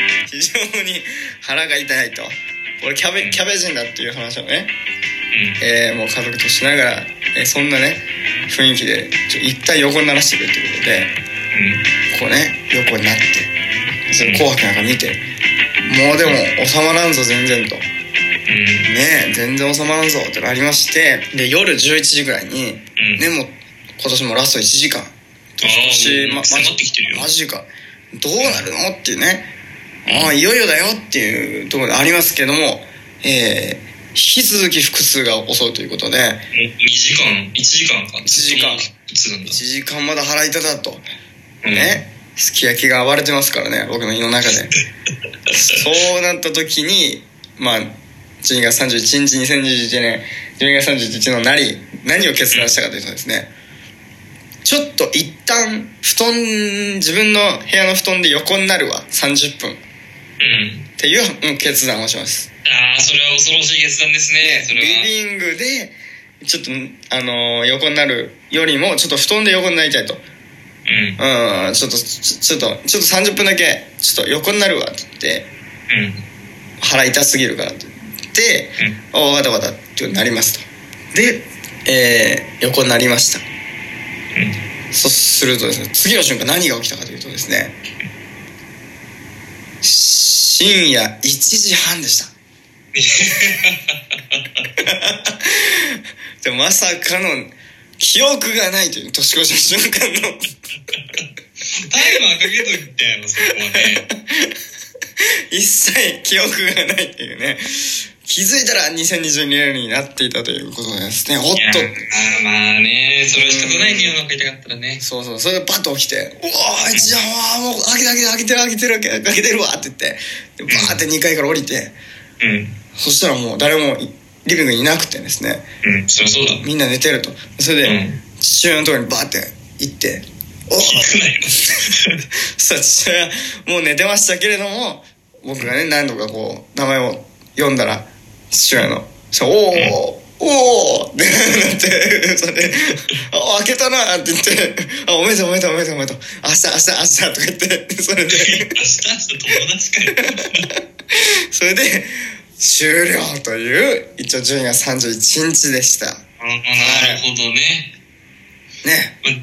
常に腹が痛いと俺キャベキャベ人だっていう話をね、えーもう家族としながら、えーそんなね雰囲気でちょ一旦横にならしてくれということでこうね横になってその紅白なんか見てもうでも収まらんぞ全然と。ねえ全然収まらんぞってなりましてで夜11時ぐらいに、んねもう今年もラスト1時間年あーもうま迫ってきてるよマジかどうなるのっていうねああいよいよだよっていうところでありますけどもえー引き続き腹痛が襲うということで2時間1時間か1時間普通なん1だ時間まだ腹痛だとうんねすき焼きが暴れてますからね僕の胃の中 でそうなった時にまあ12月31日2021年12月31日のなり何を決断したかというとですねちょっと一旦布団自分の部屋の布団で横になるわ30分っうんていうもう決断をしますああそれは恐ろしい決断ですねそれリはビングでちょっとあのー横になるよりもちょっと布団で横になりたいとうんうんちょっとちょちょっとちょっと30分だけちょっと横になるわって言ってうん腹痛すぎるからって言って「お分かった分かった」ってなりますとで、えー横になりましたそうするとですね次の瞬間何が起きたかというとですね深夜1時半でしたでまさかの記憶がないという年越しの瞬間のタイマーかけといたよそこはね 一切記憶がないっていうね気づいたら2022年になっていたということですねおっいやとあーまあねそれは仕方ないね世の中痛かったらねそうそうそれでバッと起きて「うわーじゃあもう開けて開けて開けてる開けてる開けてるわ」って言ってでバーって2階から降りてうんそしたらもう誰もいリビングにいなくてですねうんそりゃそうだみんな寝てるとそれで、うん父親のところにバーって行って「おー聞かないよ さあ父親もう寝てましたけれども僕がね何度かこう名前を呼んだら父親の「そうおーおお!」ってなって それで「あ開けたな」って言って「あおめでとうおめでとうおめでとうおめでとう明日明日明日」とか言ってそれで明 日明日友達かよそれで終了という一応12月31日でした あなるほどね、ねまま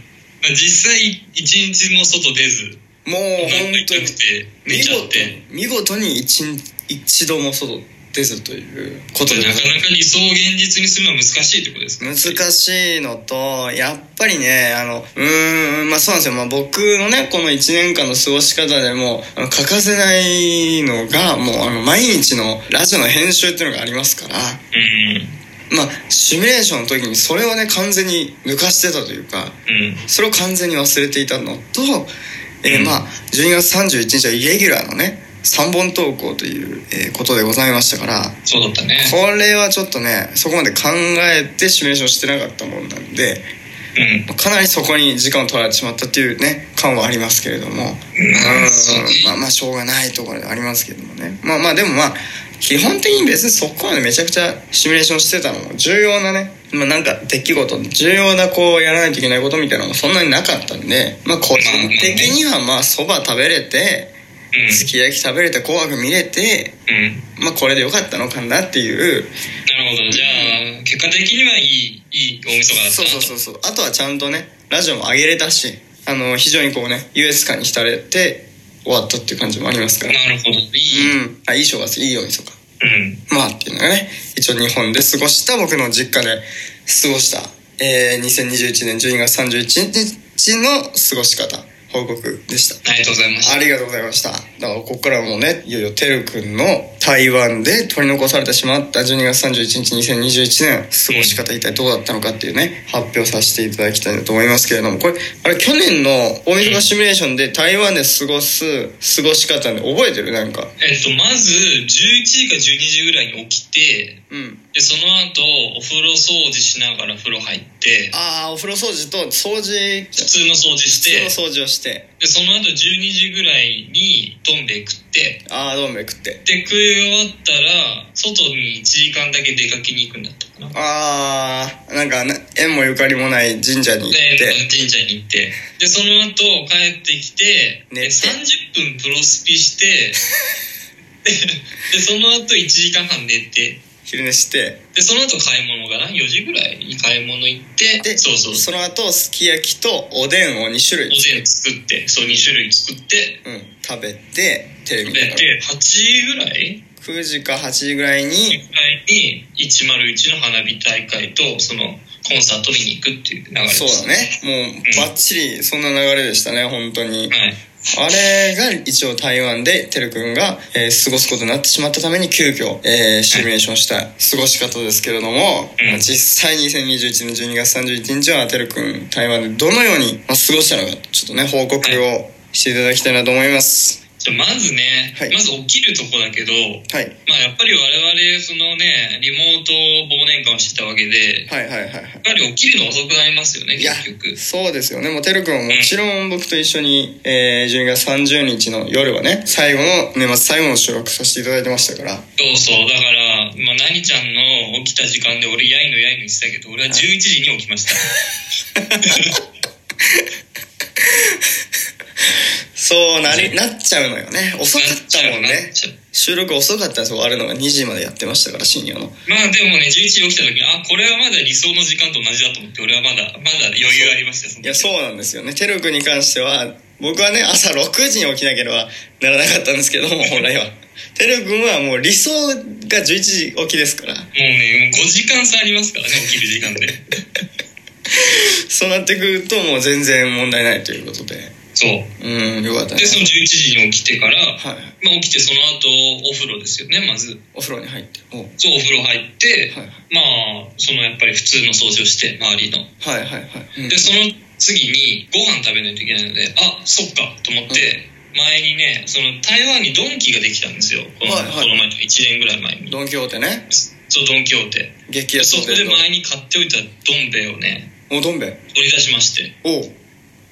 あ、実際一日も外出ずもう本なんか当痛にくて寝見ちゃっ事て見事に一日一度も外出ずということでなごかざいますなか理想を現実にするのは難しいってことですか難しいのとやっぱりねあのうーんまあそうなんですよ、まあ、僕のねこの1年間の過ごし方でもあの欠かせないのがもうあの毎日のラジオの編集っていうのがありますからうんまあシミュレーションの時にそれをね完全に抜かしてたというかうんそれを完全に忘れていたのと、えーまあ12月31日はイレギュラーのね3本投稿という、えーことでございましたからそうだったねこれはちょっとねそこまで考えてシミュレーションしてなかったもんなんで。うんかなりそこに時間を取られてしまったっていうね感はありますけれども、うんそうねまあまあしょうがないところではありますけどもねまあまあでもまあ基本的に別にそこまでめちゃくちゃシミュレーションしてたのも重要なね、まあ、なんか出来事重要なこうやらないといけないことみたいなのもそんなになかったんでまあ個人的にはまあそば食べれてうんすき焼き食べれて紅白見れてうんまあこれでよかったのかなっていうなるほどじゃあ結果的にはいいいい大晦日だったそうなそうそうそうあとはちゃんとねラジオも上げれたしあの非常にこうね優越感に浸れて終わったっていう感じもありますからなるほどいいうんあいい正月いいようにそうかうんまあっていうのがね一応日本で過ごした僕の実家で過ごした、えー、2021年12月31日の過ごし方報告でしたありがとうございましたありがとうございました。だからここからもうね、いよいよてるくんの台湾で取り残されてしまった12月31日2021年過ごし方一体どうだったのかっていうね、発表させていただきたいなと思いますけれども、これ、あれ去年の大晦日シミュレーションで台湾で過ごす過ごし方で覚えてるなんか。えっとまず11時か12時ぐらいに起きてうん。でその後お風呂掃除しながら風呂入ってああ、お風呂掃除と掃除、普通の掃除し普通ての掃除をして、でその後12時ぐらいにどん兵衛食ってああ、どんべ食って。で食い終わったら外に1時間だけ出かけに行くんだったかなああ、なんかな縁もゆかりもない神社に行っでて、神社に行ってでその後帰ってきて寝て で30分プロスピしてで、その後1時間半寝て、昼寝してで、その後買い物かな ?4 時ぐらいに買い物行って、でそうそう、その後すき焼きとおでんを2種お類でん作って、そう2種類作って、うん、食べてテレビ見で、ながらで8時ぐらい9時か8時ぐらいにぐらいに101の花火大会と、その、コンサート見に行くっていう流れです。そうだ。ねもうバッチリそんな流れでしたね本当にはい。あれが一応台湾でてるくんが、えー過ごすことになってしまったために急遽、えーシミュレーションした過ごし方ですけれども、うんまあ実際2021年12月31日はてるくん台湾でどのようにまあ過ごしたのかちょっとね報告をしていただきたいなと思いますじゃあまずね、はいまず起きるとこだけど、はいまあやっぱり我々、そのね、リモート忘年会をしてたわけで、はいはいはいはいやっぱり起きるの遅くなりますよね、いや結局。そうですよねもうてるくんはもちろん僕と一緒に、えー12月30日の夜はね最後の年末最後の収録させていただいてましたからそうそう、だから、まあ、何ちゃんの起きた時間で俺、やいのやいのしてたけど、俺は11時に起きま した。そうなりなっちゃうのよね遅かったもんなっねちゃう収録遅かったんですよ終わるのが2時までやってましたから深夜のまあでもね、11時に起きた時に、あ、これはまだ理想の時間と同じだと思って、俺はまだ、まだ余裕ありましたよ、そのいやそうなんですよねてるくんに関しては僕はね朝6時に起きなければならなかったんですけど も本来はてるくんはもう理想が11時起きですからもうね、もう5時間差ありますからね、起きる時 間で。そうなってくるともう全然問題ないということでそう。うんよかったねで、その11時に起きてから、はいまあ起きてその後、お風呂ですよね、まず。お風呂に入っておうそう、お風呂入って、はいまあ、そのやっぱり普通の掃除をして、周りの。はいはいはい、うんでその次にご飯食べないといけないのであそっかと思って前にねその台湾にドンキができたんですよこの,、はいはいこの前と1年ぐらい前にドン・キホーテねそうドン・キホーテ激で安そホこテでルの前に買っておいたどん兵衛をねおどんべ取り出しましておう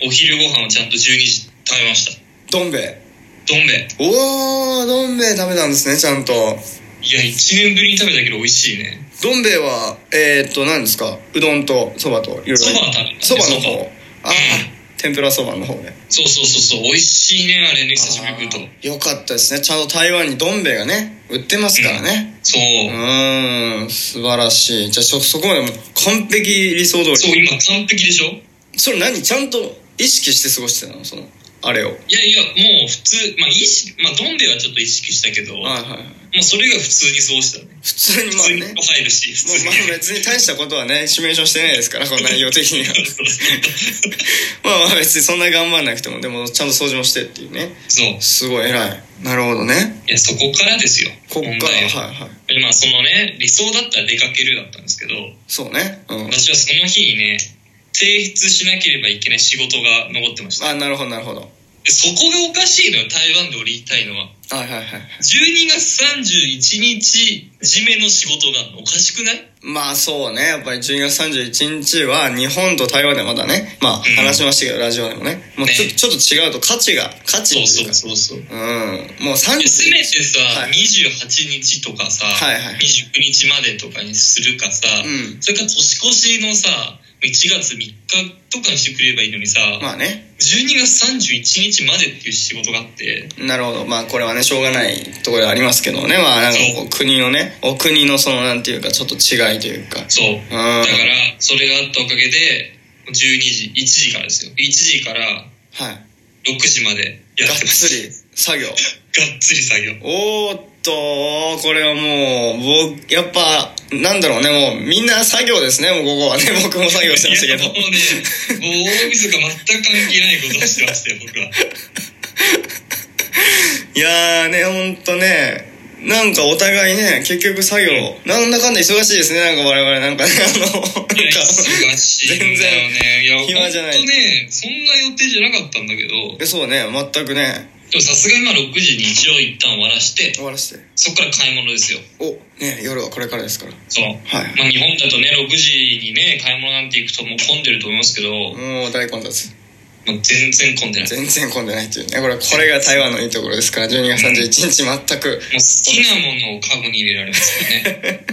お昼ご飯をちゃんと12時食べましたどんべどん兵衛おおどんべ食べたんですねちゃんといや1年ぶりに食べたけど美味しいねどん兵衛はえー、っと何ですかうどんとそばといろいろそばは食べたそばのそ方ああ天ぷらそばの方ねそうそうそうそう美味しいねあれね久しぶりに食うとあーよかったですねちゃんと台湾にどん兵衛がね売ってますからねそううーん素晴らしいじゃあそそこまでもう完璧理想通りそう今完璧でしょそれ何ちゃんと意識して過ごしてたのそのあれをはいいやいやもう普通まあ意識まあどん兵衛はちょっと意識したけどはいはいもうそれが普通にそうしたね。普通に普まあ通にね入るし、普もう通に。まあ別に大したことはねシミュレーションしてないですからこの内容的には まあまあ別にそんな頑張んなくてもでもちゃんと掃除もしてっていうね そう。いすごい偉いなるほどねや、そこからですよ。こっから問は題いははいまあ、そのね、理想だったら出かけるだったんですけど、そうねうん私はその日にね、提出しなければいけない仕事が残ってました。あなるほどなるほどでそこがおかしいのよ、台湾で俺言いたいのは。はいはいはい12月31日、締めの仕事があるのおかしくないまあそうねやっぱり12月31日は日本と台湾ではまだねまあうん話しましたけどラジオでもねもうちょねちょっと違うと価値が価値そっうていそううかそうそう。うんもういやせめ30てさ、はい28日とかさ、はいはい29日までとかにするかさ、うんそれから年越しのさ1月3日とかにしてくれればいいのにさ、まあね12月31日までっていう仕事があってなるほどまあこれはねしょうがないところではありますけどねまあなんかこう国のねお国のそのなんていうかちょっと違いというかそううだかんらそれがあったおかげで12時1時からですよ1時からはい6時までやがっってまつすり作業がっつり作業おーっとこれはもう僕やっぱなんだろうねもうみんな作業ですねもうここはね 僕も作業してましたけいやもどうねもう大晦日全く関係ないことをしてましたよ僕は。いやーねほんとねなんかお互いね結局作業なんだかんだ忙しいですねなんか我々なんかねあのなんかいや忙しいんだよね。いや、暇じゃないほんとね、そんな予定じゃなかったんだけど、でえそうね全くねもさすがにまあ6時に一応一旦終わらして、終わらせてそこから買い物ですよ。おね夜はこれからですからそう。はいまあ日本だとね、6時にね、買い物なんて行くともう混んでると思いますけど、もう大混雑まあ、全然混んでない。もう全然混んでないっていうねこれこれが台湾のいいところですから12月31日全く好きなものをカゴに入れられますよね。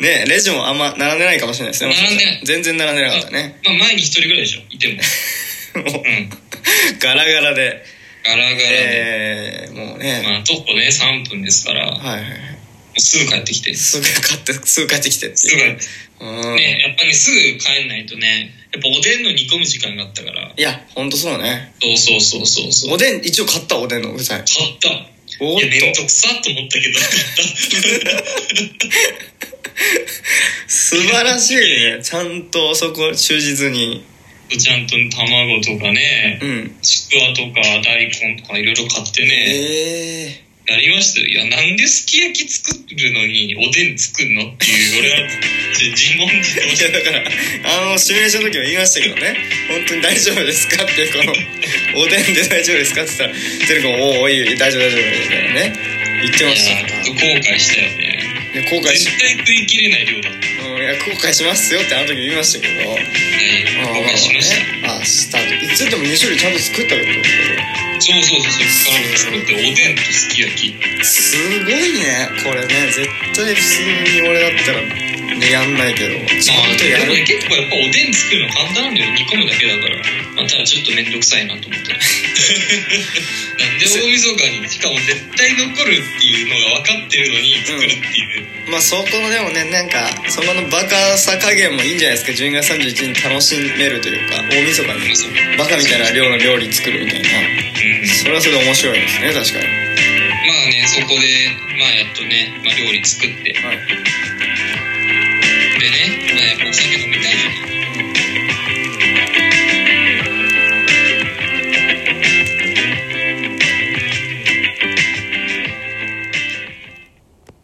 ねレジもあんま並んでないかもしれないですね並んでない全然並んでなかったねまあ前に一人ぐらいでしょ、いても。もううん。ガラガラでガラガラで、えー、もうね、まあ、徒歩ね、3分ですから、もはいはいはいうすぐ帰ってきて。すすぐ買ってすぐ帰ってきてってぐ帰いうってきて。うん、ね、やっぱりすぐ帰んないとね、やっぱおでんの煮込む時間があったから。いやほんとそうねそうそうそうそうそう。おでん一応買ったおでんの具材買った。おーいや、めんっどとくさと思ったけど、買った。素晴らしいねちゃんとそこ忠実にちゃんと卵とかね、うんちくわとか大根とかいろいろ買ってね、ええやりましたよ。いや、なんですき焼き作るのにおでん作るのっていう、俺はち自問自答い してやだからあのシミュレーションの時も言いましたけどね本当に大丈夫ですかってこのおでんで大丈夫ですかって言ったらてるくんおおいいよ大丈夫大丈夫みたいなね言ってましいやたちょっと後悔したよね。いや後悔し絶対食い切れない量だった。うんいや後悔しますよってあの時言いましたけどね後悔しました。ああしたいつでも2種類ちゃんと作ったってことですそうそうそうそう。から作っておでんとすき焼き。けどすごいねこれね絶対普通に俺だったらねやんないけどちゃんとやでもねる結構やっぱおでん作るの簡単なんだよ。煮込むだけだから。まあ、ただちょっとめんどくさいなと思って。なんで大晦日に、しかも絶対残るっていうのが分かってるのに作るっていう。まあそこのでもねなんかそこのバカさ加減もいいんじゃないですか12月31日に楽しめるというか大晦日にバカみたいな量の料理作るみたいなうんそれはそれで面白いですね確かにまあね、そこで、まあやっとね、まあ料理作って。でね、まあやっぱお酒飲みたいな